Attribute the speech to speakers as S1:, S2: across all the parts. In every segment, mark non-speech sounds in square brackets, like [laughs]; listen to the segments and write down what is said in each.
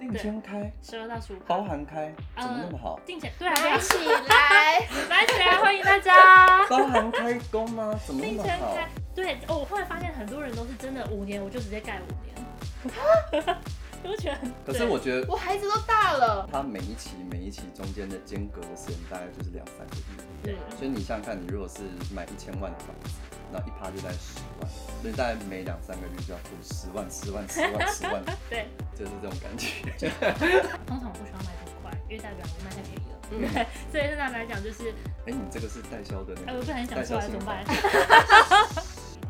S1: 你先开，
S2: 十二到十五趴
S1: 包含开，怎么那
S3: 嗯
S1: 么好？
S2: 定钱，对啊， [laughs]
S3: 来
S2: 对
S3: 起来，
S2: 啊来起来，欢迎大家。
S1: 包含开工吗？怎么那
S2: 定
S1: 么
S2: 钱
S1: 好？
S2: 开，对哦，我后来发现很多人都是真的五年我就直接盖五年，
S1: [laughs]
S2: 你不觉得很？
S1: 可是我觉得
S3: 我孩子都大了，
S1: 它每一期每一期中间的间隔的时间大概就是两三个月，
S2: 对
S1: 所以你想想看，你如果是买一千万的房子，那一趴就在十万，所以大概每两三个月就要付十万、十万、十万、十万，
S2: 对，
S1: 就是这种感觉。 [laughs]
S2: 通常我不喜欢买很快，因为代表我卖太便宜了。对，
S1: 嗯
S2: [laughs] 所以正常来讲就是，
S1: 哎、你这个是代销的
S2: 哎，
S1: 那
S2: 我
S3: 呃
S1: 个
S2: 不小心讲
S1: 代
S2: 出
S1: 销
S2: 来
S1: 心
S2: 怎么
S1: 法
S2: 办？？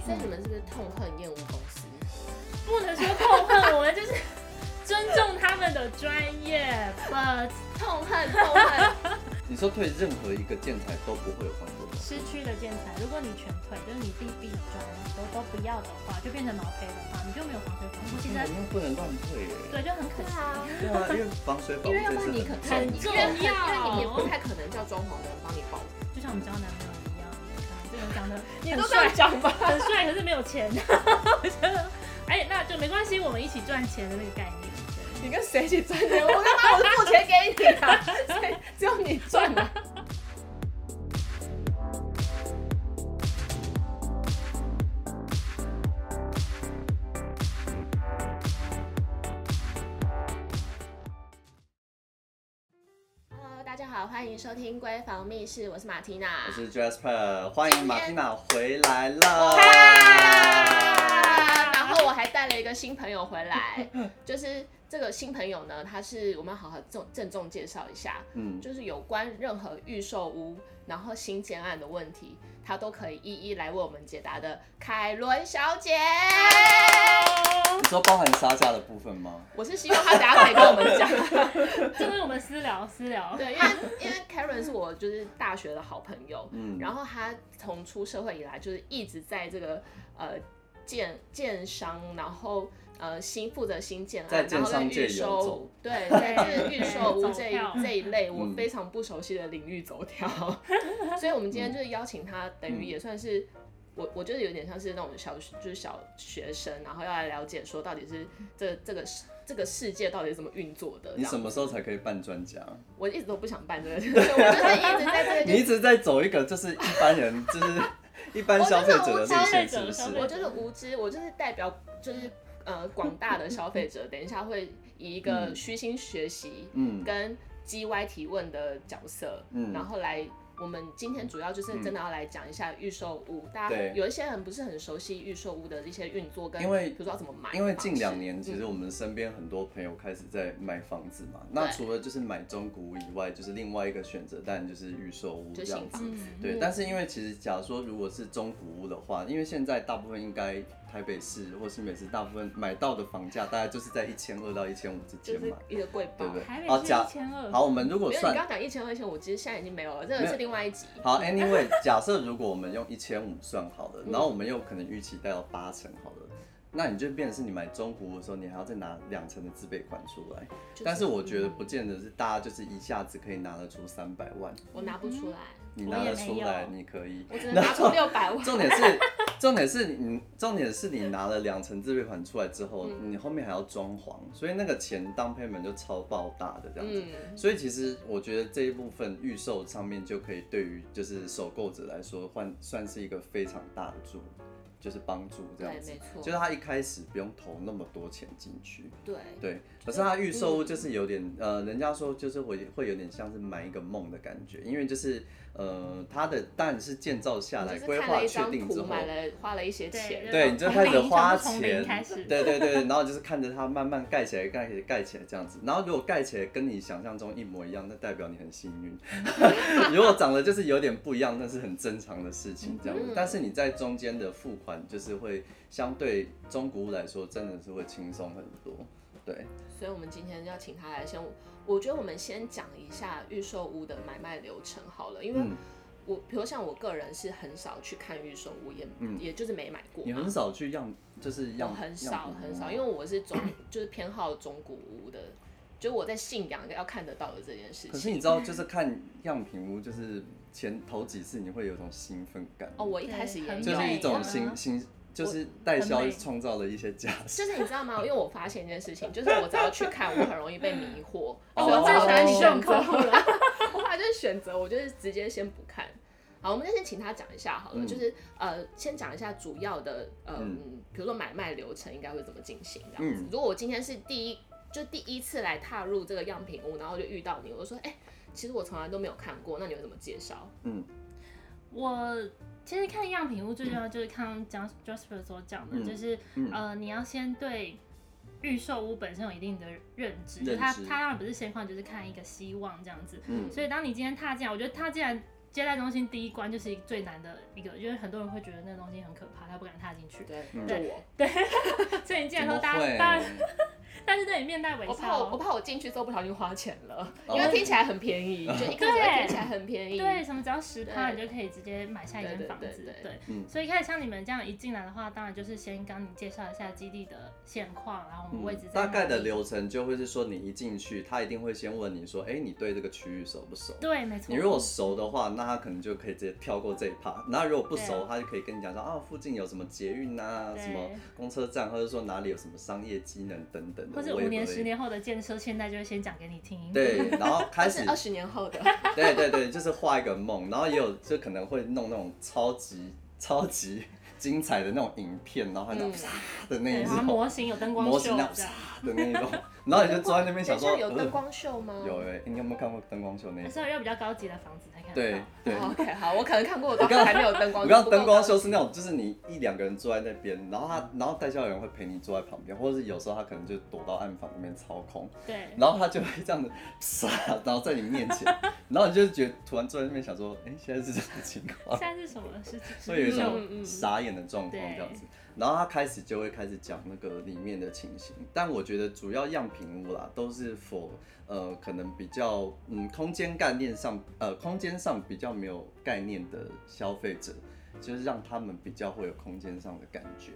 S3: 所以你们是不是痛恨厌恶公司？
S2: 不能说痛恨，我们就是尊重他们的专业，but 呃
S3: 痛恨
S1: [laughs]
S3: 痛恨，
S1: 你说退任何一个建材都不会有换过吗？
S2: 失去了建材。如果你全退，就是你地壁砖都都不要的话，就变成毛坯的话，你就没有防水防护。其
S1: 你
S2: 实
S1: 好像嗯不能乱退耶。
S2: 对，就很可
S3: 对
S2: 惜。
S3: 啊，
S1: 对啊，因为防水保护
S3: 因为要
S1: 这是
S3: 不然你可能
S1: 很
S3: 因
S1: 重
S3: 为
S1: 要。
S3: 因为你也不太可能叫装潢的人帮你保护，
S2: 就像我们交男朋友一样，可能这个人长得
S3: 你
S2: 很帅，
S3: 讲吧。
S2: 很帅，可是没有钱。 [laughs] 我觉得，哎，那就没关系，我们一起赚钱的那个概念。对
S3: 你跟谁一起赚 [laughs] 钱？我干嘛？我是付钱给你啊， [laughs] 谁只有你赚啊。Hello，大家好，欢迎收听《闺房密室》，我是马缇娜
S1: 我。是 Jasper，欢迎马蒂娜回来了。
S3: 啊然后我还带了一个新朋友回来，就是这个新朋友呢，他是我们好好重郑重介绍一下，
S1: 嗯，
S3: 就是有关任何预售屋，然后新建案的问题，他都可以一一来为我们解答的凯伦小姐。
S1: 你说包含杀价的部分吗？
S3: 我是希望他等下可以跟我们讲，
S2: 这个是我们私聊私聊。
S3: 对，因为因为 Karen 是我就是大学的好朋友，
S1: 嗯，
S3: 然后他从出社会以来，就是一直在这个呃建建商，然后呃新负责新建
S1: 在
S3: 案，
S1: 建
S3: 然后在
S1: 商界
S3: 预
S1: 游走
S3: 售，对，在这个预售屋
S2: [laughs] 走
S3: 这
S2: 跳
S3: 一这一类我
S1: 嗯
S3: 非常不熟悉的领域走跳， [laughs] 所以我们今天就是邀请他，等
S1: 嗯
S3: 于也算是。我我觉得有点像是那种小就是小学生，然后要来了解说到底是这这个世这个世界到底是怎么运作的。
S1: 你
S3: 这样
S1: 什么时候才可以办专家？
S3: 我一直都不想办这个， [laughs] 我就是一直在这个
S1: 你一直在走一个就是一般人，就是 [laughs] 一般消费者的路线，是不
S2: 消
S1: 是？
S2: 费
S3: 我
S2: 者
S3: 就是无知，我就是代表就是呃广大的消费者，等一下会以一个
S1: 嗯
S3: 虚心学习
S1: 嗯
S3: 跟 G Y 提问的角色，
S1: 嗯
S3: 然后来。我们今天主要就是真的要来讲一下预售屋，大家
S1: 对
S3: 有一些人不是很熟悉预售屋的一些运作跟，
S1: 因为
S3: 比如说要怎么买的方式，嗯
S1: 因为近两年，其实我们身边很多朋友开始在买房子嘛。那除了就是买中古屋以外，就是另外一个选择，当然就是预售屋
S3: 就
S1: 这样
S3: 新
S1: 子
S3: 房。
S2: 嗯，
S1: 对
S3: 嗯，
S1: 但是因为其实假如说如果是中古屋的话，因为现在大部分应该台北市或是每次大部分买到的房价大概就是在一千二到一千五之
S3: 就
S1: 间
S3: 是
S1: 嘛，
S3: 一个贵
S1: 对
S3: 宝
S1: 不。对
S2: 台？
S1: 好
S2: 北是
S1: 假
S2: 一千二。
S1: 好，我们如果
S3: 因为你刚
S1: 算
S3: 刚讲一千二千，我其实现在已经没有了，这
S1: 没
S3: 个
S1: 有
S3: 是另外一集。
S2: [laughs]
S1: 好，anyway，假设如果我们用一千五算好了，
S2: 嗯
S1: 然后我们又可能预期贷到八成好了，那你就变成是你买中古屋的时候，你还要再拿两成的自备款出来。
S3: 就
S1: 但是我觉得不见得是大家就是一下子可以拿得出三百万，
S3: 我拿不出来，
S1: 你
S2: 我
S1: 拿
S2: 也
S1: 得
S2: 没
S1: 出来，
S2: 有
S1: 你可以。
S3: 我只能拿出六百
S1: [laughs]
S3: 万。
S1: 重点是，重点是你，重点是你拿了两层自备款出来之后，
S2: 嗯
S1: 你后面还要装潢，所以那个钱当 payment 就超爆大的这样子。
S3: 嗯，
S1: 所以其实我觉得这一部分预售上面就可以对于就是首购者来说，换算是一个非常大的助，就是帮助这
S3: 对
S1: 样，子
S3: 没。错，
S1: 就是他一开始不用投那么多钱进去，
S3: 对，嗯
S1: 对。可是他预售就是有点，呃，人家说就是会会有点像是买一个梦的感觉，因为就是呃，它的但是建造下来
S3: 就是
S1: 规
S3: 看
S1: 划
S3: 了一
S1: 确
S3: 张
S1: 定之
S3: 图，
S1: 后，
S3: 买了花了一些钱，
S1: 对你就开始花钱
S2: 开始，
S1: 对对对，然后就是看着它慢慢盖起来，盖起来，盖起来这样子。然后如果盖起来跟你想象中一模一样，那代表你很幸运； [laughs] 如果长得就是有点不一样，那是很正常的事情这样子
S3: 嗯。
S1: 但是你在中间的付款，就是会相对中古屋来说，真的是会轻松很多。对，
S3: 所以我们今天要请他来先，我觉得我们先讲一下预售屋的买卖流程好了，因为
S1: 嗯，
S3: 我比如像我个人是很少去看预售屋，也、
S1: 嗯
S3: 也就是没买过
S1: 你很
S3: 嘛，
S1: 少去样，就是
S3: 我
S1: 样，
S3: 哦
S1: 哦
S3: 很少很少，因
S1: 为
S3: 为我是中 [coughs] 就是偏好中古屋的，就我在信仰要看得到的这件事
S1: 可是
S3: 情。
S1: 你知道，就是看样品屋，就是前头几次你会有种兴奋感，
S3: 哦，我一开始也
S2: 很
S3: 有
S1: 就是一
S2: 美
S1: 种
S2: 啊
S1: 新新就是代销
S2: 很美
S1: 创造了一
S2: [laughs]
S1: 些价值。
S3: 就是你知道吗？因为我发现一件事情，就是我只要去看，我很容易被迷惑，所以
S2: 我
S3: 哦我
S2: 最
S3: 后
S2: 喜欢
S3: 来
S2: 你这种
S3: 选
S2: 客
S3: 择，
S2: 户了。
S3: 我后来就是选择，我就是直接先不看。好，我们先请他讲一下好了，
S1: 嗯
S3: 就是呃，先讲一下主要的呃，
S1: 嗯
S3: 嗯比如说买卖流程应该会怎么进行这样子。
S1: 嗯
S3: 如果我今天是第一，就第一次来踏入这个样品屋，然后就遇到你，我就说，哎、其实我从来都没有看过，那你会怎么介绍？
S1: 嗯
S2: 我其实看样品屋最重要就是看刚 Jasper 所讲的，
S1: 嗯
S2: 就是
S1: 嗯
S2: 呃，你要先对预售屋本身有一定的认知，
S1: 认
S2: 他
S1: 知
S2: 他当然不是先看，就是看一个希望这样子。
S1: 嗯
S2: 所以当你今天踏进来，我觉得踏进来接待中心第一关就是最难的一个，因为很多人会觉得那个东西很可怕，他不敢踏进去。
S3: 对，
S1: 嗯
S3: 就我，
S2: [laughs] 所以你进来
S1: 怎
S2: 后，
S1: 么
S2: 大
S1: 会
S2: 家大家大家都得面带微
S3: 我怕
S2: 笑
S3: 我我
S2: 哦。
S3: 怕我进去之后不小心花钱了，
S1: 哦
S3: 因为听起来很便宜，就一开始会听起来很便宜，
S2: 对，什么只要十趴，
S3: 对
S2: 你就可以直接买下一
S3: 对
S2: 间
S3: 对
S2: 房
S3: 对
S2: 子。
S3: 对
S2: 对，
S1: 嗯
S2: 所以一开始像你们这样一进来的话，当然就是先跟你介绍一下基地的现况，然后我们位置在
S1: 嗯大
S2: 哪
S1: 概的
S2: 里
S1: 流程就会是说，你一进去，他一定会先问你说，哎、你对这个区域熟不熟？
S2: 对，没错。
S1: 你如果熟的话，那他可能就可以直接跳过这一趴。那如果不
S2: 对
S1: 熟
S2: 啊，
S1: 他就可以跟你讲说，啊，附近有什么捷运啊，
S2: 对
S1: 什么公车站，或者说哪里有什么商业机能等等的。
S2: 或者
S1: 我
S2: 五
S1: 也
S2: 年、
S1: 不会
S2: 十。年后的建设，现在就会先讲给你听。，
S1: 对，然后开
S3: 但
S1: 始
S2: 哦
S3: 是二十年
S1: [laughs]
S3: 后的，
S1: 对对对，就是画一个梦，然后也有就可能会弄那种超级超级精彩的那种影片，然后还那种
S3: 嗯
S1: 啪的那
S2: 对，
S1: 一
S2: 然后
S1: 种
S2: 模型有灯光
S1: 模
S2: 秀
S1: 型那种
S2: 这样。
S1: 啪的那一种，然后你就坐在那边
S3: 等
S1: 想
S3: 一
S1: 说
S3: 下有灯
S1: 呃
S3: 光秀吗？
S1: 有哎，你有没有看过灯光秀那一
S2: 还
S1: 种？
S2: 是要要比较高级的房子才看得
S1: 对
S2: 到。
S1: 对，
S3: 哦 OK，好，我可能看过，我刚才还没有灯光
S1: 我
S3: 秀。
S1: 刚刚
S3: 不过
S1: 灯光秀是那种，就是你一两个人坐在那边，然后他，然后代销员会陪你坐在旁边，或者是有时候他可能就躲到暗房里面操控，
S2: 对，
S1: 然后他就会这样子 [laughs] 唰，然后在你面前，然后你就觉得突然坐在那边想说，哎、现在是什么情况
S2: 现？在是什么？是
S1: 所以有一
S3: 嗯嗯
S1: 种
S3: 嗯
S1: 傻眼的状况这样子。然后他开始就会开始讲那个里面的情形，但我觉得主要样品屋啦都是否呃可能比较嗯空间概念上呃空间上比较没有概念的消费者，就是让他们比较会有空间上的感觉。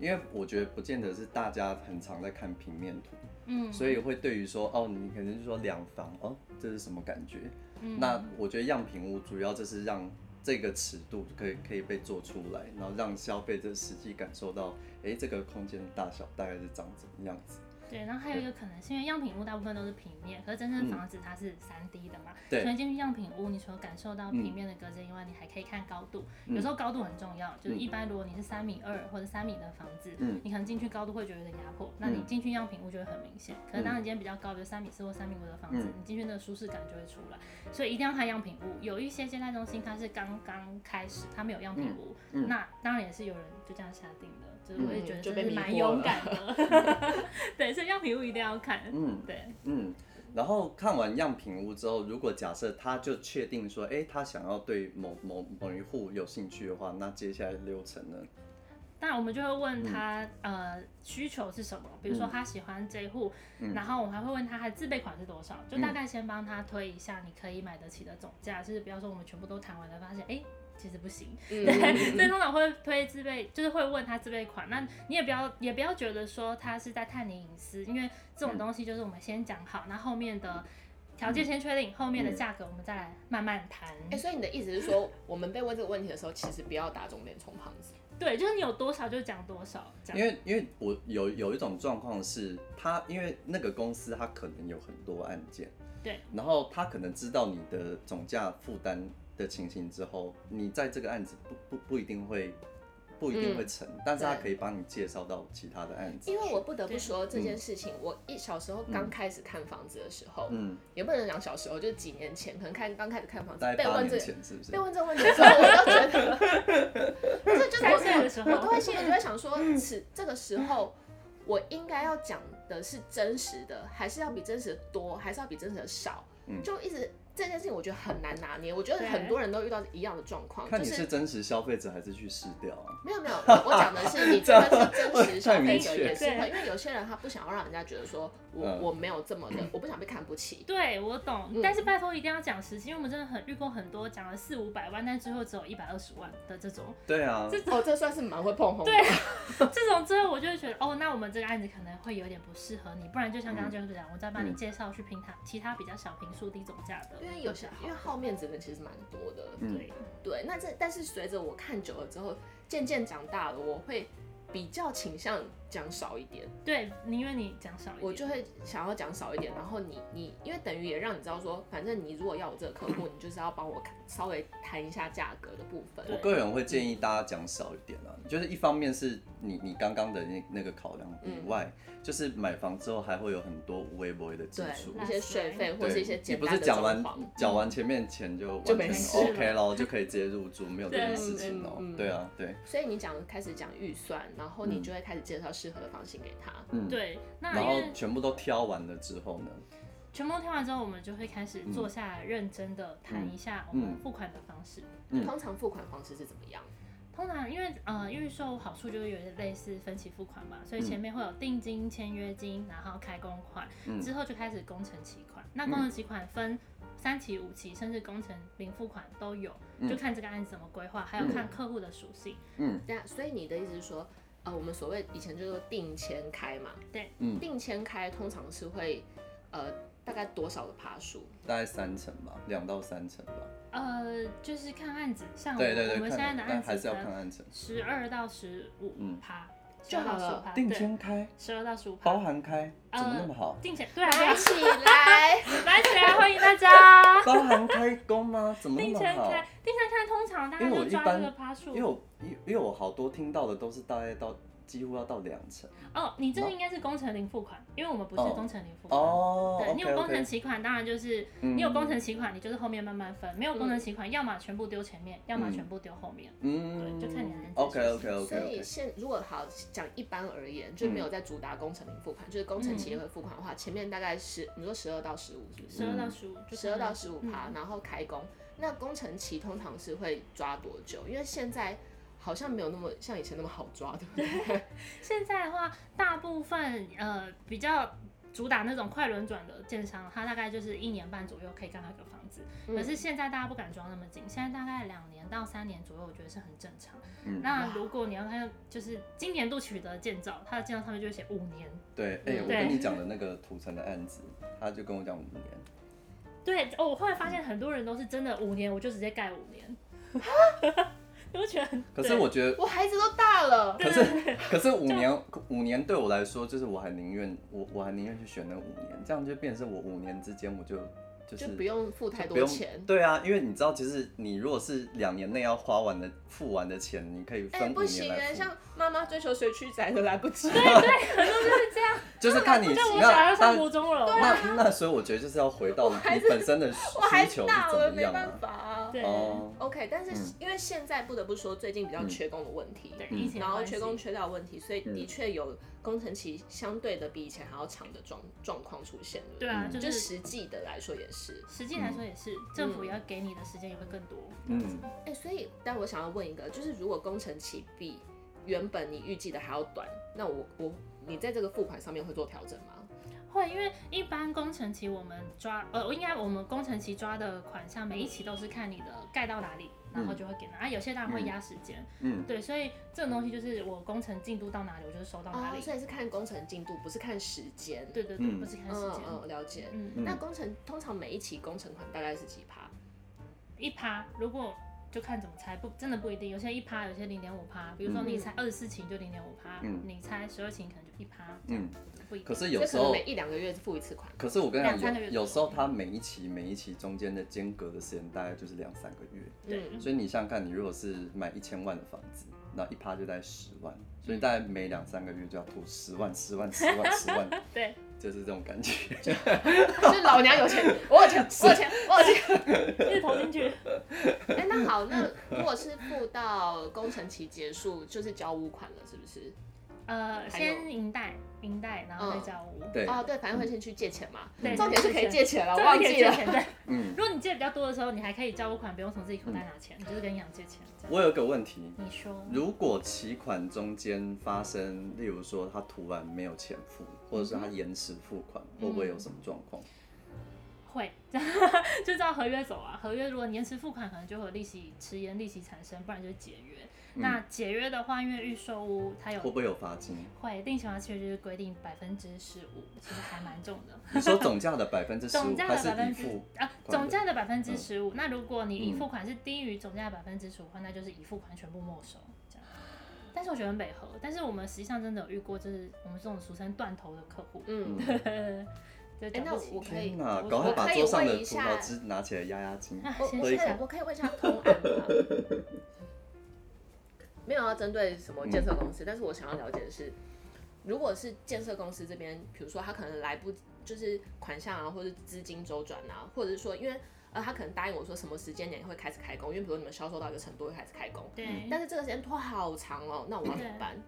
S1: 因为我觉得不见得是大家很常在看平面图，
S2: 嗯，
S1: 所以会对于说哦，你可能就说两房哦，这是什么感觉？
S2: 嗯
S1: 那我觉得样品屋主要就是让这个尺度可以可以被做出来，然后让消费者实际感受到，哎，这个空间的大小大概是长怎么样子。
S2: 对，然后还有一个可能是因为样品屋大部分都是平面，可是真
S1: 嗯
S2: 正房子它是三 D 的嘛，
S1: 对
S2: 所以进去样品屋，你除了感受到平面的隔间以外，你还可以看高度。
S1: 嗯
S2: 有时候高度很重要，就是一般如果你是三米二或者三米的房子，
S1: 嗯
S2: 你可能进去高度会觉得有点压迫，那你进去样品屋就会很明显。可是当你今天比较高，比如三米四或三米五的房子，
S1: 嗯
S2: 你进去那个舒适感就会出来。所以一定要看样品屋。有一些接待中心它是刚刚开始，它没有样品屋，
S1: 嗯嗯
S2: 那当然也是有人就这样下定的，就是我也
S3: 嗯
S2: 觉得
S3: 就
S2: 真的是
S3: 被迷
S2: 蛮
S3: 惑
S2: 勇
S3: 了
S2: 敢的。 [laughs] 对，所以样品屋一定要看。
S1: 嗯
S2: 对，
S1: 嗯，然后看完样品屋之后，如果假设他就确定说，哎，他想要对某某某一户有兴趣的话，那接下来流程呢？
S2: 当然我们就会问他、呃需求是什么，比如说他喜欢这一户，然后我还会问他他自备款是多少，就大概先帮他推一下你可以买得起的总价，就是不要说我们全部都谈完了发现哎。其实不行，
S3: 嗯，
S2: 对， [laughs] 所以通常会推自备，就是会问他自备款。那你也不要，也不要觉得说他是在探你隐私，因为这种东西就是我们先讲好，那后面的条件先确定，后面的价格我们再来慢慢谈。
S3: [laughs] 哎，所以你的意思是说，我们被问这个问题的时候，其实不要打肿脸充胖子。
S2: 对，就是你有多少就讲多少，这样。
S1: 因为因为我有有一种状况是，他因为那个公司他可能有很多案件，
S2: 对，
S1: 然后他可能知道你的总价负担的情形之后，你在这个案子不不不一定会不一定会成，但是他
S3: 嗯对
S1: 可以帮你介绍到其他的案子。
S3: 因为我不得不
S2: 对
S3: 说这件事情，我一小时候刚开始看房子的时候，
S1: 嗯，
S3: 也不能讲小时候，就是几年前，可能看刚开始看房子
S1: 大概
S3: 被
S1: 八
S3: 问这
S1: 年
S3: 个。
S1: 前是不是
S3: 被？问这个问题的时候，我都觉得， [laughs] 这就是
S2: 三岁的时候
S3: 我我
S1: 嗯
S3: 都会心里就会想说，此这个时候我应该要讲的是真实的，还是要比真实的多，还是要比真实的少？
S1: 嗯
S3: 就一直这件事情，我觉得很难拿捏。我觉得
S2: 对
S3: 很多人都遇到一样的状况，
S1: 看
S3: 就
S1: 你是真实消费者还是去试掉啊？
S3: 没有没有，我我讲的是你
S1: [laughs] 这
S3: 真
S1: 样
S3: 的是真实消费者
S1: 太明确
S3: 也是会，
S2: 对
S3: 因为有些人他不想要让人家觉得说我、
S1: 嗯
S3: 我没有这么的，我不想被看
S1: [laughs]
S3: 不起。
S2: 对，我懂，
S3: 嗯
S2: 但是拜托一定要讲实际，因为我们真的很遇过很多讲了四五百万，但最后只有一百二十万的这
S1: [laughs]
S2: 种，
S1: 对啊，
S3: 哦，这算是蛮会碰红的。
S2: 这种之后我就会觉得，哦，那我们这个案子可能会有点不适合你，不然就像刚刚就是讲，我再帮你
S1: 嗯
S2: 介绍去平台其他比较小平数低总价的，
S3: 因为有些，因为好面子的其实蛮多的，
S1: 嗯
S2: 对，
S3: 对。那这但是随着我看久了之后，渐渐长大了，我会比较倾向讲少一点，
S2: 对，宁愿你讲少一点，
S3: 我就会想要讲少一点。然后你你，因为等于也让你知道说，反正你如果要我这个客户，你就是要帮我看稍微谈一下价格的部分。
S2: 对
S1: 我个人会建议大家讲少一点啊，就是一方面是你你刚刚的那那个考量以外，
S3: 嗯
S1: 就是买房之后还会有很多无微不微的支
S3: 对
S1: 出，
S3: 一些税费或是一些
S1: 你
S3: 简
S1: 不
S3: 单
S1: 是
S3: 的
S1: 讲
S3: 装
S1: 完嗯
S3: 潢，
S1: 讲完前面钱就完
S3: 就没
S1: 全
S3: 事
S1: OK 咯，就可以直接入住，没有这件
S2: 对
S1: 事情哦、
S3: 嗯嗯
S1: 对啊，对，
S3: 所以你讲开始讲预算，然后你
S1: 嗯
S3: 就会开始介绍适合的房型给他。
S1: 嗯，。
S2: 对。那
S1: 然
S2: 因
S1: 后
S2: 为
S1: 全部都挑完了之后呢，
S2: 全部听完之后，我们就会开始坐下来认真的谈一下我们
S1: 嗯
S2: 付款的方式。
S1: 嗯
S3: 通常付款方式是怎么样？
S2: 通常因为呃预售好处就是有点类似分期付款嘛，所以
S1: 嗯
S2: 前面会有定金、签约金，然后开工款，
S1: 嗯
S2: 之后就开始工程期款。那工程期款分三期、五期，甚至工程零付款都有，
S1: 嗯
S2: 就看这个案子怎么规划，还有看客户的属性。
S1: 嗯
S3: 对啊，所以你的意思是说，呃，我们所谓以前就是说定签开嘛，
S2: 对，
S1: 嗯
S3: 定签开通常是会呃大概多少的爬数？
S1: 大概三成吧，两到三成吧。
S2: 呃，就是看案子，
S3: 哦
S2: 像我
S1: 对对对，
S2: 我们
S1: 看
S2: 现在的
S1: 但
S2: 案
S1: 还
S2: 子
S1: 是要看
S2: 分
S1: 案成。
S2: 十二到十五
S1: 嗯
S2: 趴
S3: 就好了
S1: 定
S2: 对，
S1: 签开，
S2: 十二到十五趴
S1: 包，含开，
S3: 呃
S1: 怎么那么好？
S2: 定钱对啊，对啊
S3: 买起 [laughs] 来，
S2: 来起来，欢迎
S1: [laughs]
S2: 大家。
S1: 包含开工吗？怎么那
S2: 定
S1: 么
S2: 钱
S1: 好？
S2: 开，定钱开通常大家
S1: 因为我
S2: 就
S1: 一
S2: 抓
S1: 般
S2: 这个趴数
S1: 因为。我因因为我好多听到的都是大概到几乎要到两成
S2: 哦，你这个应该是工程零付款，因为我们不是
S1: 哦
S2: 工程零付款。
S1: 哦。
S2: 对，你有
S1: OK，OK
S2: 工程期款，当然就是
S1: 嗯
S2: 你有工程期款，你就是后面慢慢分；没有工程期款，要么全部丢前面，要么全部丢后面。
S1: 嗯，
S2: 对就看你的人
S1: OK OK
S3: 所
S1: OK
S3: 以
S1: OK，
S3: 现如果好讲一般而言，就没有在主打工程零付款，就是工程企业会付款的
S1: 嗯
S3: 话，前面大概十，你说十二到十五是不
S2: 十
S3: 是？
S2: 二到十五，就嗯
S3: 十二到十
S1: 嗯
S3: 五嗯
S2: 趴。
S3: 趴，然后开工。那工程期通常是会抓多久？因为现在好像没有那么像以前那么好抓，对不
S1: [laughs]
S3: 对？
S2: 现在的话，大部分呃比较主打那种快轮转的建商，它大概就是一年半左右可以看到一个房子。
S3: 嗯
S2: 可是现在大家不敢装那么紧，现在大概两年到三年左右，我觉得是很正常。
S1: 嗯
S2: 那如果你要看就是今年度取得的建造，它的建造上面就会写五年。
S1: 对，哎、我
S2: 对
S1: 跟你讲的那个土城的案子，他就跟我讲五年，
S2: 对哦，我后来发现很多人都是真的五年，我就直接盖五年。 [laughs] 你不觉得很？
S1: 可是
S2: 对
S1: 我觉得。
S3: 我孩子都大了，
S1: 可是，可是五年五年对我来说，就是我还宁愿我我还宁愿去选那五年，这样就变成我五年之间我就就是
S3: 就不用付太
S1: 不
S3: 多
S1: 用
S3: 钱。
S1: 对啊，因为你知道，其实你如果是两年内要花完的、付完的钱，你可以
S3: 哎、
S1: 分五
S3: 不行
S1: 年
S3: 哎、
S1: 来付，
S3: 像妈妈追求学区宅都来不及。
S1: 就是看你
S2: 就我小孩
S1: 那
S2: 要上国中了，
S1: 那那那，所以我觉得就是要回到
S3: 我还
S1: 你
S3: 是
S1: 本身的需
S3: [laughs] 我孩
S1: 求
S3: 子
S1: 是
S3: 大
S1: 怎
S3: 了，
S1: 么
S3: 没
S1: 样
S3: 办
S1: 啊？
S3: 法、啊。
S2: 对，
S1: 哦，
S3: OK，但是
S1: 嗯
S3: 因为现在不得不说，最近比较缺工的问题，
S2: 对，疫情的
S3: 然后
S2: 关
S3: 缺
S2: 系
S3: 工缺料问题，所以的
S1: 嗯
S3: 确有工程期相对的比以前还要长的状状况出现，
S2: 对
S3: 不
S2: 啊，
S1: 嗯
S2: 就
S3: 就是实际的来说也是。
S2: 实际来说也是，政府要给你的时间也会更多。
S1: 嗯，
S3: 哎、所以但我想要问一个，就是如果工程期比原本你预计的还要短，那我我你在这个付款上面会做调整吗？
S2: 会，因为一般工程期我们抓，呃，应该我们工程期抓的款项，每一期都是看你的盖到哪里，然后就会给哪。啊，有些当然会压时间，
S1: 嗯，
S2: 对，所以这种东西就是我工程进度到哪里，我就是收到哪
S3: 啊、
S2: 里。
S3: 所以是看工程进度，不是看时间。
S2: 对对对，
S1: 嗯
S2: 不是看时
S3: 嗯
S2: 间，
S3: 嗯，了解。
S2: 嗯，
S3: 那工程通常每一期工程款大概是几趴？
S2: 一趴，如果就看怎么猜，不真的不一定，有些一趴，有些零点五趴。比如说
S1: 嗯
S2: 你猜二十四期就零点五趴，
S1: 嗯
S2: 你猜十二期可能就一趴，
S1: 嗯，
S2: 不一定。
S1: 可是
S3: 所
S1: 有
S3: 以可
S1: 时
S3: 能
S1: 候
S3: 每，一两个月付一
S1: [laughs]
S3: 次款。
S1: 可是我跟你
S2: 两三
S1: 讲，
S2: 个月
S1: 有有时候它每一期每一期中间的间隔的时间大概就是两三个月，
S2: 对
S3: 嗯
S1: 所以你想想看，你如果是买一千万的房子，那一趴就在十万，所以大概
S3: 嗯
S1: 每两三个月就要吐十万、十万、十万、十
S3: [laughs]
S1: 万，
S2: 对，
S1: 就是这种感觉。
S3: 就是老娘有钱，我有
S1: [laughs]
S3: 钱，我有钱，我有钱。
S2: 一直投进去。
S3: 哎、那好，那如果是付到工程期结束，就是交屋款了，是不是？
S2: [laughs] 呃，
S3: 还有
S2: 先银贷，银贷，然后再
S3: 嗯
S2: 交屋。
S1: 对，
S3: 哦，对，反正会先去借钱嘛。
S2: 对
S3: 重点是可以借钱了，我
S2: 这
S3: 啊忘
S2: 个可以
S3: 记
S2: 借
S3: 了。
S2: 钱，对。
S1: [laughs] 嗯。
S2: 如果你借比较多的时候，你还可以交屋款，不用从自己口袋拿钱，你就是跟银行借钱。这样
S1: 我有个问题，
S2: 你说，
S1: 如果期款中间发生，例如说他突然没有钱付，或者是他延迟付款，会不会有什么状况？
S2: 嗯会， [laughs] 就照合约走啊。合约如果你延迟付款，可能就会有利息迟延，利息产生，不然就是解约。那解约的话，因为预售屋它有
S1: 嗯会不会有罚金？
S2: 会定型化契约就是规定百分之十五，其实还蛮重的。
S1: 你说总价的百分之十
S2: [laughs] 总
S1: 五，
S2: 价
S1: 还
S2: 的
S1: 是
S2: 百
S1: 已
S2: 分
S1: 付
S2: 之？啊，
S1: 款
S2: 总
S1: 的
S2: 价的百分之十五。那如果你已
S1: 嗯
S2: 付款是低于总价的百分之十五的话，那就是已付款全部没收。这样但是我觉得很北合，但是我们实际上真的有遇过，就是我们这种俗称断头的客户，
S3: 嗯，
S1: 嗯
S2: 对，
S3: 哎
S2: 讲
S3: 那
S2: 不起
S3: 我可以
S1: 天哪，
S2: 我
S1: 赶快把桌上的葡
S3: 我可以问
S1: 萄
S3: 一
S1: 汁拿起来压压
S2: [laughs]
S1: 惊。
S2: 啊
S3: 我
S2: 先
S3: 我
S1: 以
S3: 现
S2: 生
S3: 在我可以问一下通案吗？ [laughs] 没有要啊针对什么建设公司，但是我想要了解的是，如果是建设公司这边，比如说他可能来不就是款项啊，或者资金周转啊，或者是说因为。呃，他可能答应我说什么时间点会开始开工，因为比如你们销售到一个程度会开始开工，
S1: 嗯
S2: 对，
S3: 但是这个时间拖好长哦，那我要怎么办？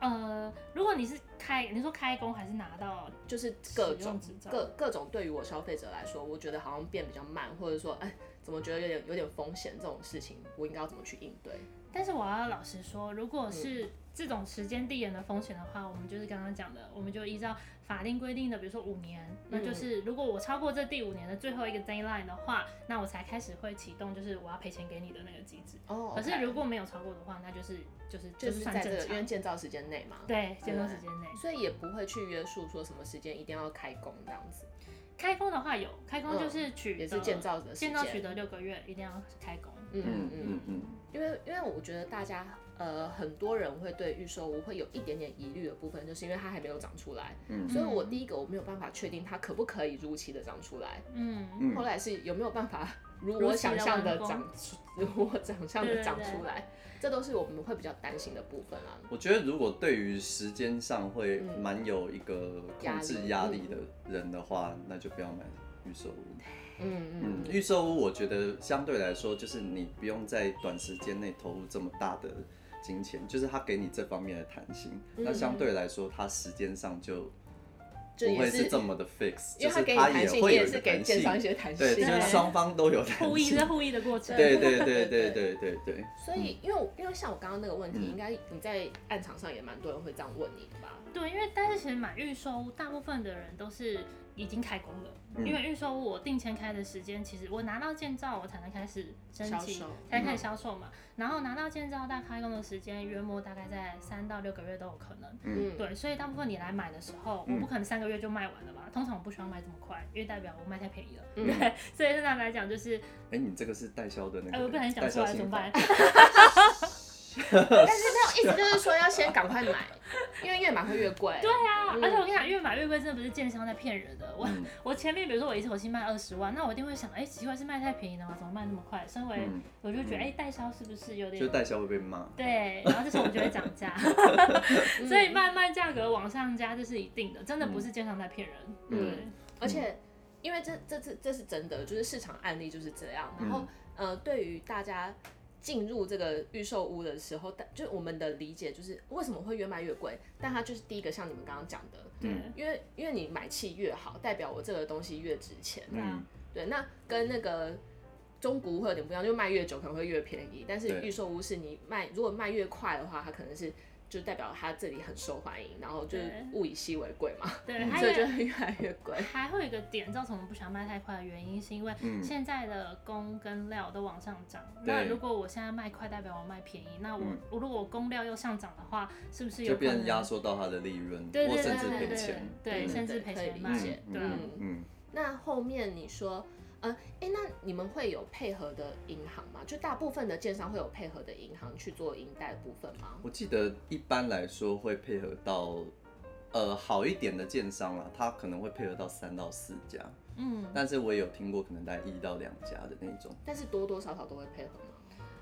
S2: 呃，如果你是开，你说开工还是拿到
S3: 就是各
S2: 使用
S3: 种
S2: 执照
S3: 各各种对于我消费者来说，我觉得好像变比较慢，或者说哎，怎么觉得有点有点风险这种事情，我应该要怎么去应对？
S2: 但是我要老实说，如果
S3: 嗯
S2: 是这种时间地点的风险的话，我们就是刚刚讲的，我们就依照法定规定的，比如说五年，那
S3: 嗯
S2: 就是如果我超过这第五年的最后一个 deadline 的话，那我才开始会启动，就是我要赔钱给你的那个机制。
S3: 哦
S2: 可是如果没有超过的话，那就是就是
S3: 就是是
S2: 算
S3: 在这
S2: 正
S3: 个因嗯为
S2: 常。
S3: 建造时间内嘛，，
S2: 对，接受时间内。
S3: 所以也不会去约束说什么时间一定要开工这样子，
S2: 开工的话有，开工
S3: 嗯
S2: 就是取得、
S3: 也是建造的时
S2: 建造取
S3: 间。
S2: 得六个月，一定要开工。
S1: 嗯
S3: 嗯
S1: 嗯
S3: 嗯，
S1: 嗯，
S3: 因为因为我觉得大家呃很多人会对预售屋会有一点点疑虑的部分，就是因为它还没有长出来，
S1: 嗯
S3: 所以我第一个我没有办法确定它可不可以如期的长出来，
S2: 嗯，
S1: 嗯
S3: 后来是有没有办
S2: [laughs]
S3: 法如
S2: 如
S3: 我
S2: 期
S3: 想
S2: 地
S3: 象
S2: 完
S3: 的
S2: 工
S3: 长出，如我想象
S2: 对
S3: 的
S2: 对
S3: 长
S2: 对
S3: 出来，这都是我们会比较担心的部分啊。
S1: 我觉得如果对于时间上会
S3: 嗯
S1: 蛮有一个控制压
S3: 压
S1: 力
S3: 力
S1: 的人的话，那就不要买预售屋。
S3: 嗯
S1: 嗯
S3: 嗯，嗯，
S1: 预售屋我觉得相对来说，就是你不用在短时间内投入这么大的金钱，就是它给你这方面的弹性。
S3: 嗯
S1: 那相对来说，它时间上就
S3: 就
S1: 不
S3: 也
S1: 会
S3: 是
S1: 是这么的 fix，就
S3: 因为它
S1: 是
S3: 给你
S1: 它
S3: 弹
S1: 也
S3: 性，
S1: 会
S3: 你
S1: 有
S3: 也
S1: 一
S3: 是
S1: 个
S3: 给
S1: 弹
S3: 建
S1: 性
S3: 商一。些弹性
S1: 对，
S3: 啊。
S1: 就是双方都有弹
S2: 互议
S1: 性
S2: 这。互议的过程。
S1: 对对对对对对对
S3: 所以，因为我因为像我刚刚那个问题，应该你在暗场上也蛮多人会这样问你的吧？
S2: 对，因为但是其实买预售屋，大部分的人都是已经开工了，
S1: 嗯
S2: 因为预售屋我定签开的时间，其实我拿到建造我才能开始申
S3: 销
S2: 请
S3: 售，嗯
S2: 才能开始销售嘛。然后拿到建造大开工的时间，约莫大概在三到六个月都有可能。
S3: 嗯，
S2: 对，所以大部分你来买的时候，
S1: 嗯
S2: 我不可能三个月就卖完了吧？通常我不喜欢买这么快，因为代表我卖太便宜了。
S3: 嗯
S2: 对，所以正常来讲就是，
S1: 哎，你这个是代销的那
S2: 哎，我
S1: 个
S2: 不小
S1: 人，
S2: 心讲
S1: 代
S2: 出
S1: 销
S2: 来怎
S1: 心
S2: 么
S1: 法
S3: [laughs]
S2: 办？
S3: 但是没有，意思就是说要先赶快买，因为越买会越贵。
S2: [laughs] 对啊，
S3: 嗯
S2: 而且我跟你讲，越买越贵，真的不是建商在骗人的。我、
S1: 嗯
S2: 我前面比如说我一口气卖二十万，那我一定会想，哎、奇怪是卖太便宜了吗？怎么卖那么快？身为、
S1: 嗯
S2: 我就觉得，
S1: 嗯
S2: 哎、代销是不是有
S1: 就
S2: 点
S1: 代销会被骂。
S2: 对？然后这时候我们就会涨
S1: [laughs]
S2: 价，
S3: 嗯
S2: 所以慢慢价格往上加这是一定的，真的不是建商在骗人。
S1: 嗯
S2: 对，
S3: 而且因为这这这这是真的，就是市场案例就是这样。然后、呃，对于大家进入这个预售屋的时候，但就是我们的理解就是为什么会越卖越贵，但它就是第一个像你们刚刚讲的，
S2: 对，
S1: 嗯
S3: 因为因为你买气越好，代表我这个东西越值钱。
S2: 对啊
S1: 嗯，
S3: 对，那跟那个。中古屋会有点不一样，就卖越久可能会越便宜，但是
S1: 对
S3: 预售屋是你卖，如果卖越快的话，它可能是就代表它这里很受欢迎，然后就是
S2: 对
S3: 物以稀为贵嘛，
S2: 对，
S1: 嗯
S2: 还
S3: 所
S2: 有
S3: 以就会越来越
S2: [laughs]
S3: 贵。
S2: 还会有一个点造成我们不想卖太快的原因，是因为
S1: 嗯
S2: 现在的工跟料都往上涨。
S1: 对
S2: 那如果我现在卖快，代表我卖便宜。那我、
S1: 嗯
S2: 我如果我工料又上涨的话，是不是有
S1: 就
S2: 可
S1: 变
S2: 能
S1: 成压缩到它的利润，
S2: 对
S1: 或
S2: 对
S1: 甚
S2: 对
S1: 至
S2: 对
S1: 赔
S2: 对
S1: 钱。
S2: 对，
S3: 嗯
S2: 甚至
S3: 对
S2: 赔
S3: 可以
S2: 钱
S3: 理
S2: 卖
S3: 解，
S2: 对啊。
S1: 嗯嗯，
S3: 那后面你说，呃，哎，那你们会有配合的银行吗？就大部分的建商会有配合的银行去做银贷的部分吗？
S1: 我记得一般来说会配合到，呃，好一点的建商啦，他可能会配合到三到四家，
S2: 嗯，
S1: 但是我也有听过可能大概一到两家的那种。
S3: 但是多多少少都会配合吗？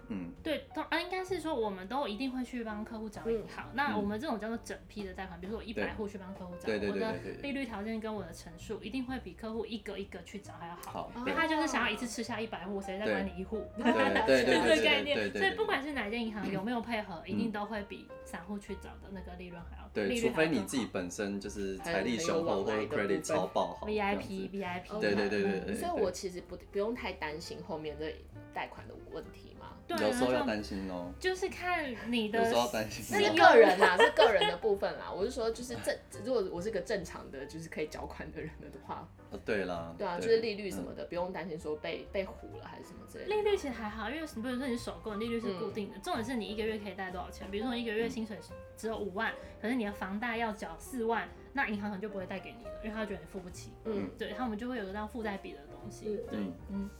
S1: 嗯，
S2: 对，通啊，应该是说我们都一定会去帮客户找银行。那我们这种叫做整批的贷款，比如说我一
S1: 嗯对
S2: 百户去帮客户找，
S1: 对对对
S2: 我的
S1: 对对对
S2: 利率条件跟我的陈述一定会比客户一个一个去找还要好。
S1: 好，
S2: 因
S1: 对
S2: 为哦他就是想要一次吃下一百户，谁再管你一户？
S1: 对对对
S2: 就 [laughs]
S1: 对
S2: 是
S1: 对
S2: 这个概念
S1: 对对。对
S2: 所以
S1: 对嗯
S2: 不管是哪一间银行有没有配合，一定都会比散户去找的那个利润还要
S1: 对，
S2: 利
S1: 除
S2: 率还
S1: 非
S2: 要
S1: 你
S2: 更
S1: 自己
S2: 好
S1: 本身就是
S3: 还
S1: 财
S3: 有
S1: 力
S3: 很
S1: 雄
S3: 有
S1: 厚
S3: 往
S1: 或者
S3: 来的
S1: credit
S3: 部分
S1: 超爆好这样子
S2: VIP VIP，
S1: 对对对对
S2: 嗯
S1: 对，
S3: 所以
S1: 对
S3: 我其实不不用太担心后面的贷款的问题嘛。
S2: 对啊，
S1: 有时候
S2: 然
S1: 要
S2: 后
S1: 担心哦，
S2: 就是看你的
S1: 有时候要担心
S3: 那
S1: 哦。
S3: 是个人啦，是个人的部分啦。我是说，就是正，如果我是个正常的，就是可以缴款的人的话，
S1: 哦对啦，
S3: 对啊，就是利率什么的，不用担心说被被唬了还是什么之类的。
S2: 嗯利率其实还好，因为你不能说你首购利率是固
S3: 嗯
S2: 定的，重点是你一个月可以贷多少钱。比如说你一个月薪水只有五万，可是你的房贷要缴四万，那银行可能就不会贷给你了，因为他觉得你付不起。
S3: 嗯
S2: 对，然后我们就会有个这样负债比的东西。
S3: 嗯
S2: 对，
S1: 嗯
S2: 嗯，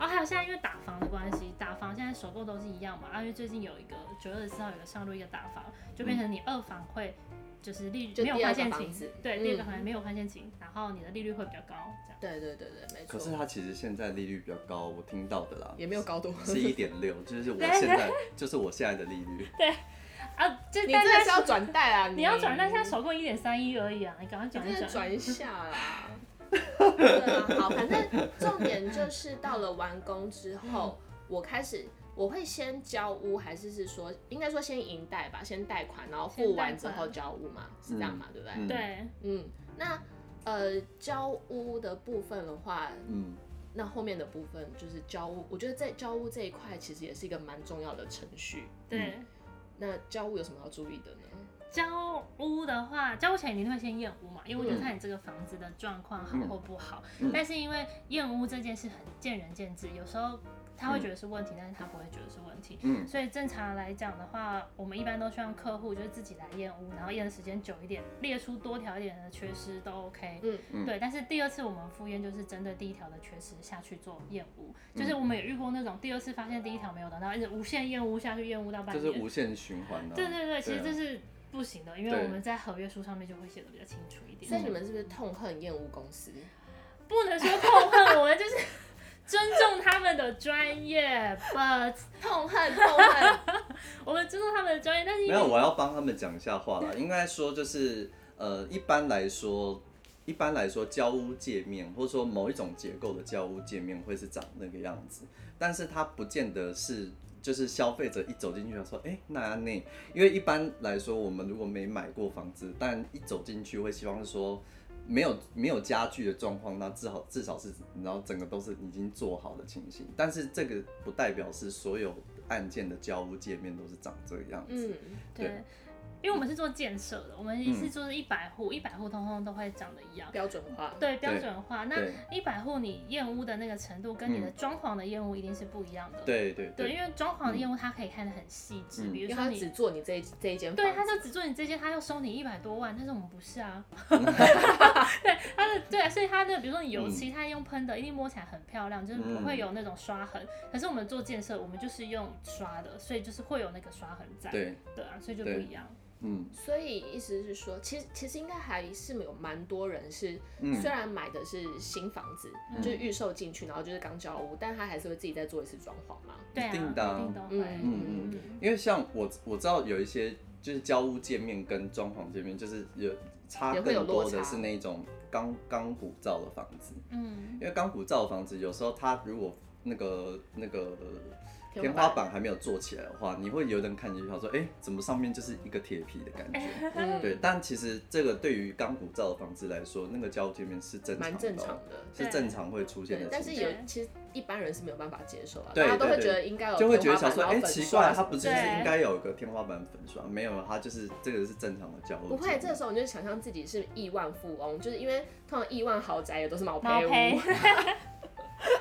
S2: 哦，还有现在因为打房的关系，打房现在首购都是一样嘛，啊，因为最近有一个九月二十四号有个上路一个打房，就变成你二房会就是利
S3: 就
S2: 没有
S3: 第二
S2: 宽限
S3: 个房
S2: 期
S3: 子，
S2: 对，第二
S3: 嗯
S2: 个房没有宽限期，然后你的利率会比较高，这样。
S3: 对对对对，没
S1: 可是
S3: 错，
S1: 它其实现在利率比较高，我听到的啦，
S3: 也没有高多。
S1: 是一点六，就是我现在就是我现在的利率。
S2: 啊，这
S3: [laughs] 你
S2: 但
S3: 真的是
S2: 是
S3: 要转贷啊！
S2: 你要转，但现在首购一点三一而已啊，你赶快转
S3: 真
S2: 一
S3: 的
S2: 转。
S3: 转一下 [laughs] 啦。对啊，好，反正重点就是到了完工之后，我开始我会先交屋，还是是说应该说先银贷吧，先贷款，然后付完之后交屋嘛，是这样嘛，对不对？
S1: 嗯
S2: 对，
S3: 嗯，那呃交屋的部分的话， [laughs]
S1: 嗯，
S3: 那后面的部分就是交屋，我觉得在交屋这一块其实也是一个蛮重要的程序。
S1: 嗯
S2: 对，
S3: 那交屋有什么要注意的呢？
S2: 交屋的话，交屋前一定会先验屋嘛，因为我就
S3: 嗯
S2: 看你这个房子的状况好
S1: 嗯
S2: 或不好。
S1: 嗯
S2: 但是因为验屋这件事很见仁见智，有时候他会觉得是问题，但是他不会觉得是问题。
S1: 嗯
S2: 所以正常来讲的话，我们一般都希望客户就是自己来验屋，然后验的时间久一点，列出多条一点的缺失都 OK。
S3: 嗯
S1: 嗯
S2: 对。但是第二次我们复验就是针对第一条的缺失下去做验屋，
S1: 嗯
S2: 就是我们也遇过那种第二次发现第一条没有的，然后一直无限验屋下去，验屋到半
S1: 就
S2: 年。
S1: 是无限循环呢、
S2: 对对对，其实
S1: 啊
S2: 这是不行的，因为
S1: 对
S2: 我们在合约书上面就会写的比较清楚一点
S3: 所以，你们是不是痛恨厌恶公司？
S2: 不能说痛恨，我们就是 [laughs] 尊重他们的专业，but
S3: 痛恨痛恨，
S2: 我们尊重他们的专业，但是因
S1: 没有，
S2: 为
S1: 我要帮他们讲一下话啦。 [laughs] 应该说就是，呃，一般来说，一般来说，交屋界面或者说某一种结构的交屋界面会是长那个样子，但是它不见得是。就是消费者一走进去，他说：“哎、那那，因为一般来说，我们如果没买过房子，但一走进去会希望说，没有没有家具的状况，那至少至少是，然后整个都是已经做好的情形。但是这个不代表是所有案件的交屋界面都是长这个样子。
S3: [laughs] 嗯，
S2: 对
S1: 对。嗯
S2: 因为我们是做建设的，我们一次做是一百户，一百户通通都会长得一样，
S3: 标准化。
S2: 对标准化。那
S1: 对
S2: 一百户你验屋的那个程度跟你的
S1: 嗯
S2: 装潢的验屋一定是不一样的。
S1: 对对
S2: 对，因为装潢的验屋它可以看得很细致，
S1: 嗯
S2: 比
S3: 因
S2: 如
S3: 为
S2: 说
S3: 他
S2: 你
S3: 只做你这一这一间
S2: 对，他
S3: 房子，
S2: 就只做你这些，他要收你一百多万，但是我们不是
S1: [laughs]
S2: 啊。对，他的对，啊所以他的比如说你油
S1: 嗯
S2: 漆，他用喷的，一定摸起来很漂亮，就是不会有那种刷痕。可是我们做建设，我们就是用刷的，所以就是会有那个刷痕在。
S1: 对，
S2: 啊，所以就不
S1: 对
S2: 一样。
S1: 嗯
S3: 所以意思是说，其实其实应该还是有蛮多人是，
S1: 嗯
S3: 虽然买的是新房子，就是预售进去，然后就是刚交屋，但他还是会自己再做一次装潢嘛。
S2: 对啊，
S1: 一定的啊
S2: 一定都会。
S3: 嗯
S1: 嗯
S3: 嗯
S1: 嗯，因为像我我知道有一些就是交屋界面跟装潢界面，就是有差
S3: 也会有
S1: 更
S3: 落
S1: 多的
S3: 差
S1: 是那种钢钢骨造的房子，
S2: 嗯
S1: 因为钢骨造的房子有时候它如果那个那个
S3: 天
S1: 天
S3: 花
S1: 花板还没有做起来的话，你会有点看进去，想说哎、诶怎么上面就是一个铁皮的感
S2: 哎
S1: [laughs] 觉？
S3: 嗯，
S1: 对，但其实这个对于钢骨造的房子来说，那个交屋界面是正常
S3: 蛮
S1: 的、哦
S3: 正常的。
S1: 是
S2: 对
S1: 正常会出现
S3: 对
S1: 的，情
S3: 但是
S1: 形。
S3: 有
S2: 对
S3: 其实一般人是没有办法接受的，
S1: 对
S3: 大家都
S1: 对
S3: 会
S1: 对
S3: 觉得应该有
S1: 就会觉
S3: 天
S1: 得
S3: 花
S1: 想
S3: 板
S1: 说，
S3: 然后
S1: 哎、
S3: 粉
S1: 奇
S3: 刷
S1: 怪，
S3: 什
S1: 它
S3: 么
S1: 不
S3: 的
S1: 就是
S2: 对
S1: 应该有个天花板粉刷？没有，啊它就是这个是正常的交流。
S3: 不会，这个时候你就想象自己是亿万富翁，就是因为通常亿万豪宅也都是毛
S2: 毛
S1: 哎
S3: 坯屋，
S2: 坯， [laughs]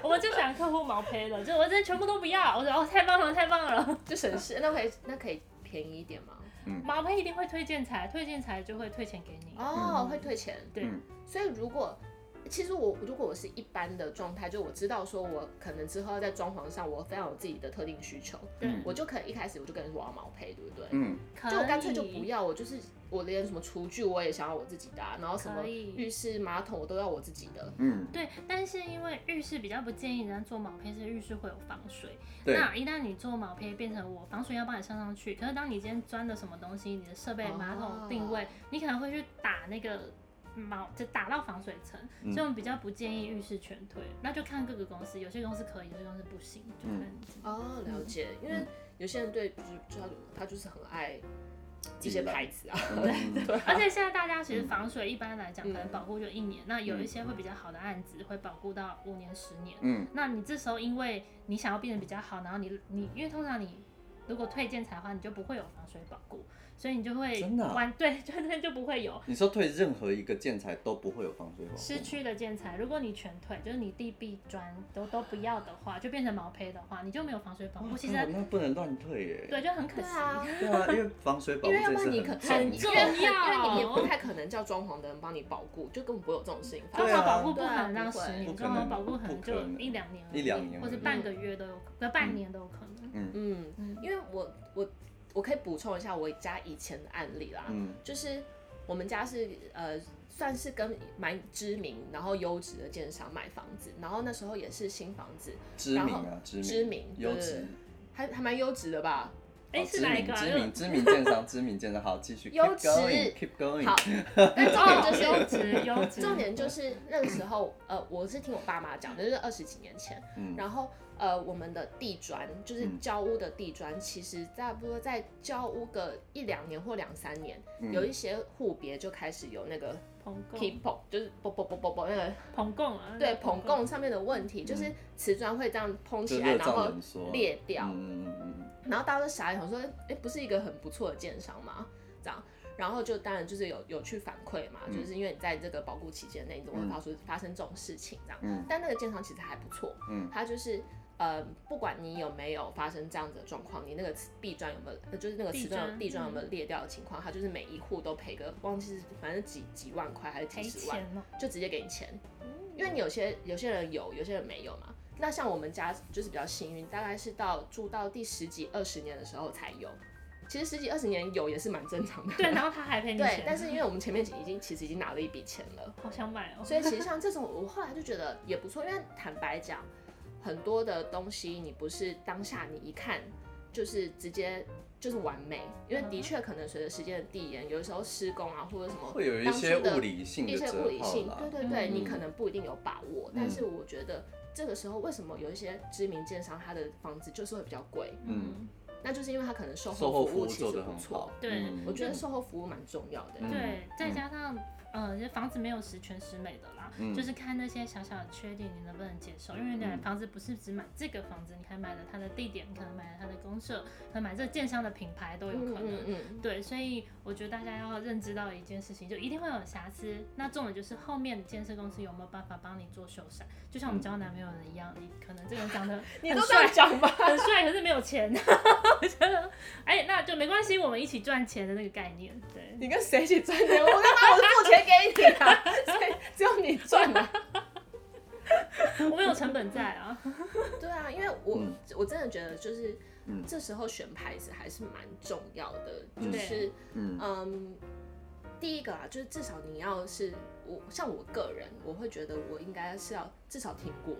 S2: 我们最喜欢客户毛坯了，就我这全部都不要，我说哦太棒了太棒了，
S3: [laughs] 就省事。那可以那可以便宜一点吗？
S2: 毛坯一定会推建材，推建材就会退钱给你。
S3: 哦，会退钱。
S2: 对
S1: 嗯
S3: 所以如果其实我如果我是一般的状态，就我知道说我可能之后在装潢上我非常有自己的特定需求，
S2: 对
S1: 嗯
S3: 我就可能一开始我就跟人说我要毛坯，对不对？
S1: 嗯
S2: 可
S3: 就我干脆就
S2: 以
S3: 不要，我就是我连什么厨具我也想要我自己的啊、然后什么
S2: 可以
S3: 浴室、马桶我都要我自己的。
S1: 嗯，
S2: 对，但是因为浴室比较不建议人家做毛坯，是浴室会有防水。
S1: 对，
S2: 那一旦你做毛坯，变成我防水要帮你上上去，可是当你今天钻了什么东西，你的设备、马桶定位
S3: 哦，
S2: 你可能会去打那个毛，就打到防水层，所以我们比较不建议浴室全推。那就看各个公司，有些公司可以，有些公司不行，就看你自己。
S3: 哦，了解，因为有些人对就是就他他就是很爱一
S1: 自己
S3: 些
S1: 来
S3: 牌子啊，
S1: 嗯
S3: 对啊
S2: 而且现在大家其实防水一般来讲可能
S3: 嗯
S2: 保护就一年，那有一些会比较好的案子会保护到五年、十年。
S1: 嗯
S2: 那你这时候因为你想要变得比较好，然后你你因为通常你如果退建材的话，你就不会有防水保固，所以你就会
S1: 真的啊
S2: 完 [laughs] 对，就真的就不会有。
S1: 你说退任何一个建材都不会有防水保护吗，
S2: 失去的建材，如果你全退，就是你地壁砖都都不要的话，就变成毛坯的话，你就没有防水保护。其
S1: 哎
S2: 实
S1: 呦那不能乱退耶。
S2: 对，就很可惜。，
S3: [laughs]
S1: 对啊，因为防水保
S3: 因
S1: 护
S3: 为要
S1: 这
S3: 不然你
S1: 是
S3: 可
S1: 很
S2: 重
S1: 重
S2: 要
S1: 要。
S3: 因为因为你也不太可能叫装潢的人帮你保固，就根本不会有这种事情发
S2: 装
S1: 对啊
S3: 生。
S2: 潢保护不
S3: 对
S2: 可
S3: 啊
S2: 能让
S3: 不会
S2: 十年，
S1: 不可
S2: 装潢
S1: 能
S2: 保护可能
S1: 啊不可
S2: 就
S1: 能
S2: 一两年而已，
S1: 一两年
S2: 或者
S1: 而已嗯
S2: 半个月都有，可呃半年都有可能。
S3: 嗯
S2: 嗯，
S3: 因为我我我可以补充一下我家以前的案例啦，
S1: 嗯
S3: 就是我们家是呃算是跟蛮知名然后优质的建商买房子，然后那时候也是新房子，
S1: 知名
S3: 然
S1: 啊
S3: 后，
S1: 知名，
S3: 知名
S1: 优
S3: 对
S1: 质，
S3: 还还蛮优质的吧？
S2: 哎，
S1: 好
S2: 是
S1: 知
S2: 哪一
S1: 名
S2: 个啊？
S1: 哦知
S2: 就 [laughs]
S1: 名知名建商，知名建商，好，继续 keep
S3: 优质
S1: going，keep going，
S3: 好，但重
S2: 哦
S3: 点就是
S2: 优质优质，[laughs]
S3: 重点就是那个时候，呃，我是听我爸妈讲的，就是二十几年前，
S1: 嗯
S3: 然后呃，我们的地砖就是
S1: 嗯
S3: 交屋的地砖，其实差不多在交屋个一两年或两三年，
S1: 嗯
S3: 有一些户别就开始有那个
S2: 棚供
S3: people，就是啵啵啵啵啵那个
S2: 棚供啊，
S3: 对膨供上面的问题，就是瓷砖会这样蓬
S1: 嗯就
S3: 起来，
S1: 热
S3: 然
S1: 胀
S3: 后
S1: 冷缩，
S3: 裂掉，
S1: 嗯嗯嗯嗯
S3: 然后大家都傻眼，想说，哎，不是一个很不错的建商吗？这样，然后就当然就是有有去反馈
S2: 嗯
S3: 嘛，就是因为你在这个保护期间内，你怎么会发出发生这种事情这样？
S1: 嗯
S3: 但那个建商其实还不错，
S1: 嗯
S3: 他就是。呃，不管你有没有发生这样子的状况，你那个瓷壁砖有没有，呃就是那个瓷
S2: 地砖
S3: 砖地砖有没有裂掉的情况，他就是每一户都赔个，忘记是反正几几万块还是
S2: 赔
S3: 几十万，
S2: 钱哦，
S3: 就直接给你钱，
S2: 嗯
S3: 因为你有些有些人有，有些人没有嘛。那像我们家就是比较幸运，大概是到住到第十几二十年的时候才有。其实十几二十年有也是蛮正常
S2: [laughs]
S3: 的，[laughs]
S2: 对，然后他还赔你
S3: 对
S2: 钱，。
S3: 但是因为我们前面已经其实已经拿了一笔钱了，
S2: 好想买哦，
S3: 所以其实像这种我后来就觉得也不错，因为坦白讲，很多的东西你不是当下你一看就是直接就是完美，
S2: 嗯
S3: 因为的确可能随着时间的递延，有的时候施工啊或者什么
S1: 会有一些
S3: 当初的
S1: 物理性的
S3: 一些
S1: 折
S3: 物理
S1: 扣
S3: 性
S1: 啦，
S3: 对对对，
S1: 嗯
S3: 你可能不一定有把握，
S1: 嗯
S3: 但是我觉得这个时候为什么有一些知名建商他的房子就是会比较贵，
S1: 嗯，
S3: 那就是因为他可能售
S1: 售后
S3: 服
S1: 服
S3: 务
S1: 务
S3: 其
S1: 做
S3: 实
S1: 得
S3: 不
S1: 很
S3: 错
S1: 好，，
S2: 对
S1: 嗯
S3: 我觉得售后服务蛮重要的。
S1: 嗯
S2: 对，再
S1: 嗯
S2: 加上。呃，就房子没有十全十美的啦，
S1: 嗯
S2: 就是看那些小小的缺点你能不能接受。因为你买
S1: 嗯
S2: 房子不是只买这个房子，你还买了它的地点，你可能买了它的公社，可能买这建商的品牌都有
S3: 嗯
S2: 可能。
S3: 嗯嗯，
S2: 对，所以我觉得大家要认知到一件事情，就一定会有瑕疵。那重点就是后面建设公司有没有办法帮你做修缮，就
S1: 嗯
S2: 像我们交男朋友的一样，你可能这个人长得
S3: [laughs] 你
S2: 很
S3: 都这
S2: 帅
S3: 样，讲 [laughs] 吧。
S2: 很帅，可是没有钱， [laughs] 我觉得，哎，那就没关系，我们一起赚钱的那个概念，对。
S3: [laughs] 你跟谁一起赚钱？我干嘛我是付钱给你啊？ [laughs] 谁只有你赚啊？
S2: 我们有成本在啊，
S3: [laughs] 对啊，因为我、
S1: 嗯
S3: 我真的觉得就是
S1: 嗯，
S3: 这时候选牌子还是蛮重要的，就
S1: 嗯
S3: 是
S1: 嗯
S3: 嗯，第一个啊，就是至少你要是我，像我个人，我会觉得我应该是要至少听过，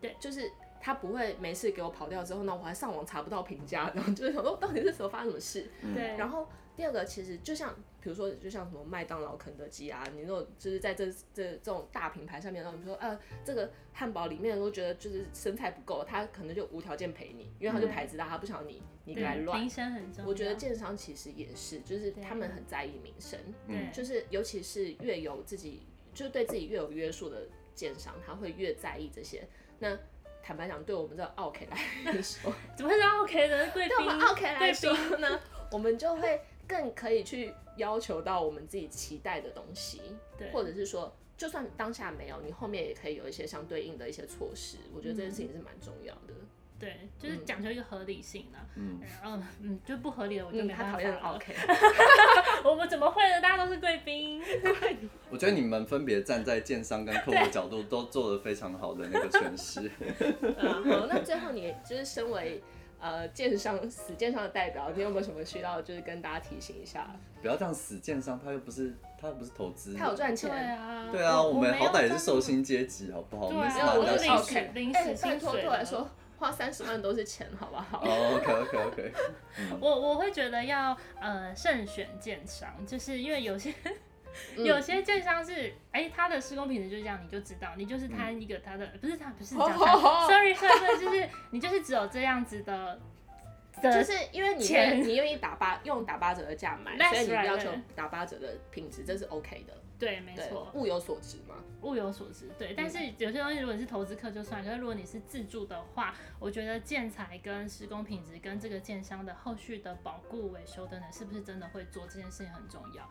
S2: 对，
S3: 就是他不会没事给我跑掉之后呢，我还上网查不到评价，然后就是想说哦到底是什么发生什么事。
S2: 对。
S3: 然后第二个，其实就像比如说，就像什么麦当劳、肯德基啊，你那种就是在这这这种大品牌上面，然后你说呃，这个汉堡里面我觉得就是生菜不够，他可能就无条件赔你，因为他就
S2: 嗯
S3: 牌子大，他不想你你
S2: 对
S3: 来乱
S2: 名。声很重要。
S3: 我觉得建商其实也是，就是
S2: 对啊
S3: 他们很在意民生，
S2: 对，
S3: 就是尤其是越有自己，就是对自己越有约束的建商，他会越在意这些。那坦白讲，对我们这 OK 来 [laughs] 说，
S2: 怎么会是 OK 的贵宾
S3: 对我们 OK 来
S2: 贵
S3: 说
S2: 宾
S3: 呢，我们就会更可以去要求到我们自己期待的东西，
S2: 对
S3: 或者是说，就算当下没有，你后面也可以有一些相对应的一些措施。我觉得这件事情是蛮重要
S2: 嗯
S3: 的。
S2: 对，就是讲究一个合理性的。
S1: 嗯
S2: 嗯嗯，就不合理的我就
S3: 嗯，
S2: 没
S3: 他
S2: 办法
S3: 讨厌
S2: 了。
S3: OK，
S2: [laughs] 我们怎么会呢？大家都是贵宾。
S1: 我觉得你们分别站在建商跟客户角度都做得非常好的那个诠释。
S3: 嗯， [laughs] 好，那最后你就是身为呃剑商死剑商的代表，你有没有什么需要就是跟大家提醒一下？
S1: 不要这样死建商，他又不是他又不是投资人，
S3: 他有 [laughs]
S2: 嗯
S3: 赚
S2: 对
S3: 钱，
S2: 啊。
S1: 对啊，我们
S2: 没有
S1: 好歹也是
S2: 赚
S1: 寿星阶级，好不好？我
S2: 对
S1: 们
S2: 啊
S1: 是
S2: 没有
S1: 拿
S2: 我
S1: 人
S2: 是
S1: 家薪水
S2: 临时。临
S3: 哎
S2: 时
S3: 拜
S2: 薪
S3: 托
S2: 水
S3: 对我来
S2: 的。
S3: 说，花三十万都是钱，好不好？
S1: 哦，OK OK OK，
S2: 我我会觉得要呃慎选建商，就是因为有些
S3: 嗯
S2: [laughs] 有些建商是哎、他的施工品质就是这样，你就知道，你就是贪
S3: 嗯
S2: 一个
S3: [laughs]
S2: 他的、不是他不是讲
S3: 哦哦哦
S2: 他，sorry sorry sorry，就是你就是只有这样子的的
S3: 就是因为你愿
S2: 钱
S3: 你愿意打八用打八折的价买
S2: That's
S3: 所以你
S2: right，
S3: 要求
S2: 对
S3: 打八折的品质，这是 OK 的。
S2: 对，没
S3: 对嗯
S2: 错，，
S3: 物有所值嘛。
S2: 物有所值。对，但是有些东西如果你是投资客就算，可是如果你是自住的话，我觉得建材跟施工品质跟这个建商的后续的保固、维修等等，是不是真的会做这件事情很重要。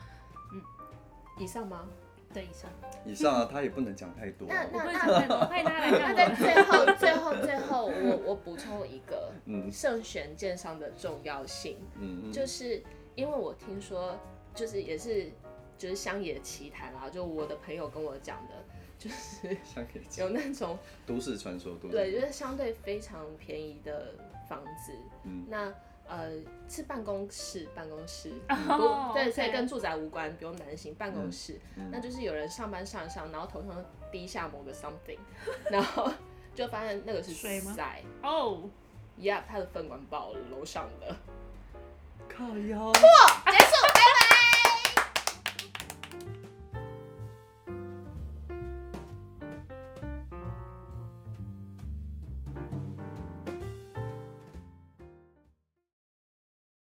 S3: 以上吗？
S2: 对，以上。
S1: 以上啊，他也不能讲太多啊。
S3: 那
S2: 我不会讲太多，欢迎大家来
S3: [laughs] 那
S2: 看
S3: 在
S2: 我。
S3: 最后、最后、最后，我我补充一个
S1: 嗯
S3: 慎选建商的重要性，
S1: 嗯，
S3: 就是是因为我听说，就是也是就是乡野奇谈啦，就我的朋友跟我讲的，就是
S1: 像可以讲
S3: 有那种
S1: 都市传说，都市
S3: 对，就是相对非常便宜的房子，
S1: 嗯
S3: 那呃是办公室，办公室，
S2: [laughs] 哦
S3: 不对，
S2: ，OK
S3: 所以跟住宅无关，不用担心，办公室，
S1: 嗯
S3: 那就是有人上班上一上，然后头上滴下某个 something，然后就发现那个是
S2: 水吗
S3: 塞
S2: 哦，
S3: ，Yep，他的粪管爆了楼上的，
S1: 靠腰。
S3: 结束。